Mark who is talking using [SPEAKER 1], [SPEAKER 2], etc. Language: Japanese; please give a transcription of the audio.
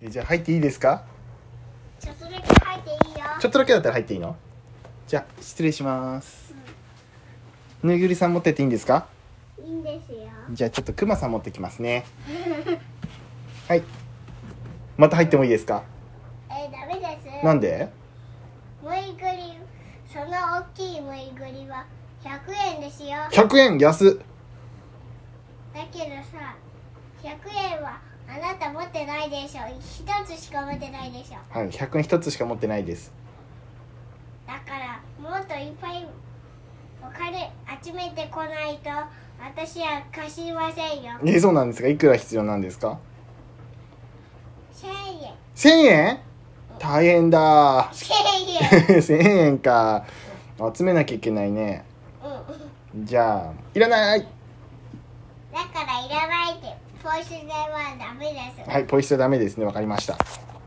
[SPEAKER 1] えじゃあ入っていいですか
[SPEAKER 2] ちょっとだけ入っていいよ
[SPEAKER 1] ちょっとだけだったら入っていいのじゃあ失礼しますぬいぐるみさん持ってっていいんですか
[SPEAKER 2] いいんですよ
[SPEAKER 1] じゃあちょっとクマさん持ってきますねはいまた入ってもいいですか
[SPEAKER 2] えー、ダメです
[SPEAKER 1] なんで
[SPEAKER 2] むいぐりその大きいむいぐりは100円ですよ
[SPEAKER 1] 100円安っ
[SPEAKER 2] だけどさ100円はあなた持ってないでしょ一つしか持ってないでしょ
[SPEAKER 1] はい100円1つしか持ってないです
[SPEAKER 2] だからもっといっぱいお金集めてこないと私は貸しませんよ
[SPEAKER 1] えそうなんですがいくら必要なんですか
[SPEAKER 2] 1000円
[SPEAKER 1] 1000円大変だ
[SPEAKER 2] 1000円
[SPEAKER 1] 1000円か集めなきゃいけないね
[SPEAKER 2] うん
[SPEAKER 1] じゃあいらない
[SPEAKER 2] だからいらないってポイ捨てはダメです
[SPEAKER 1] はいポイ捨てダメですねわかりました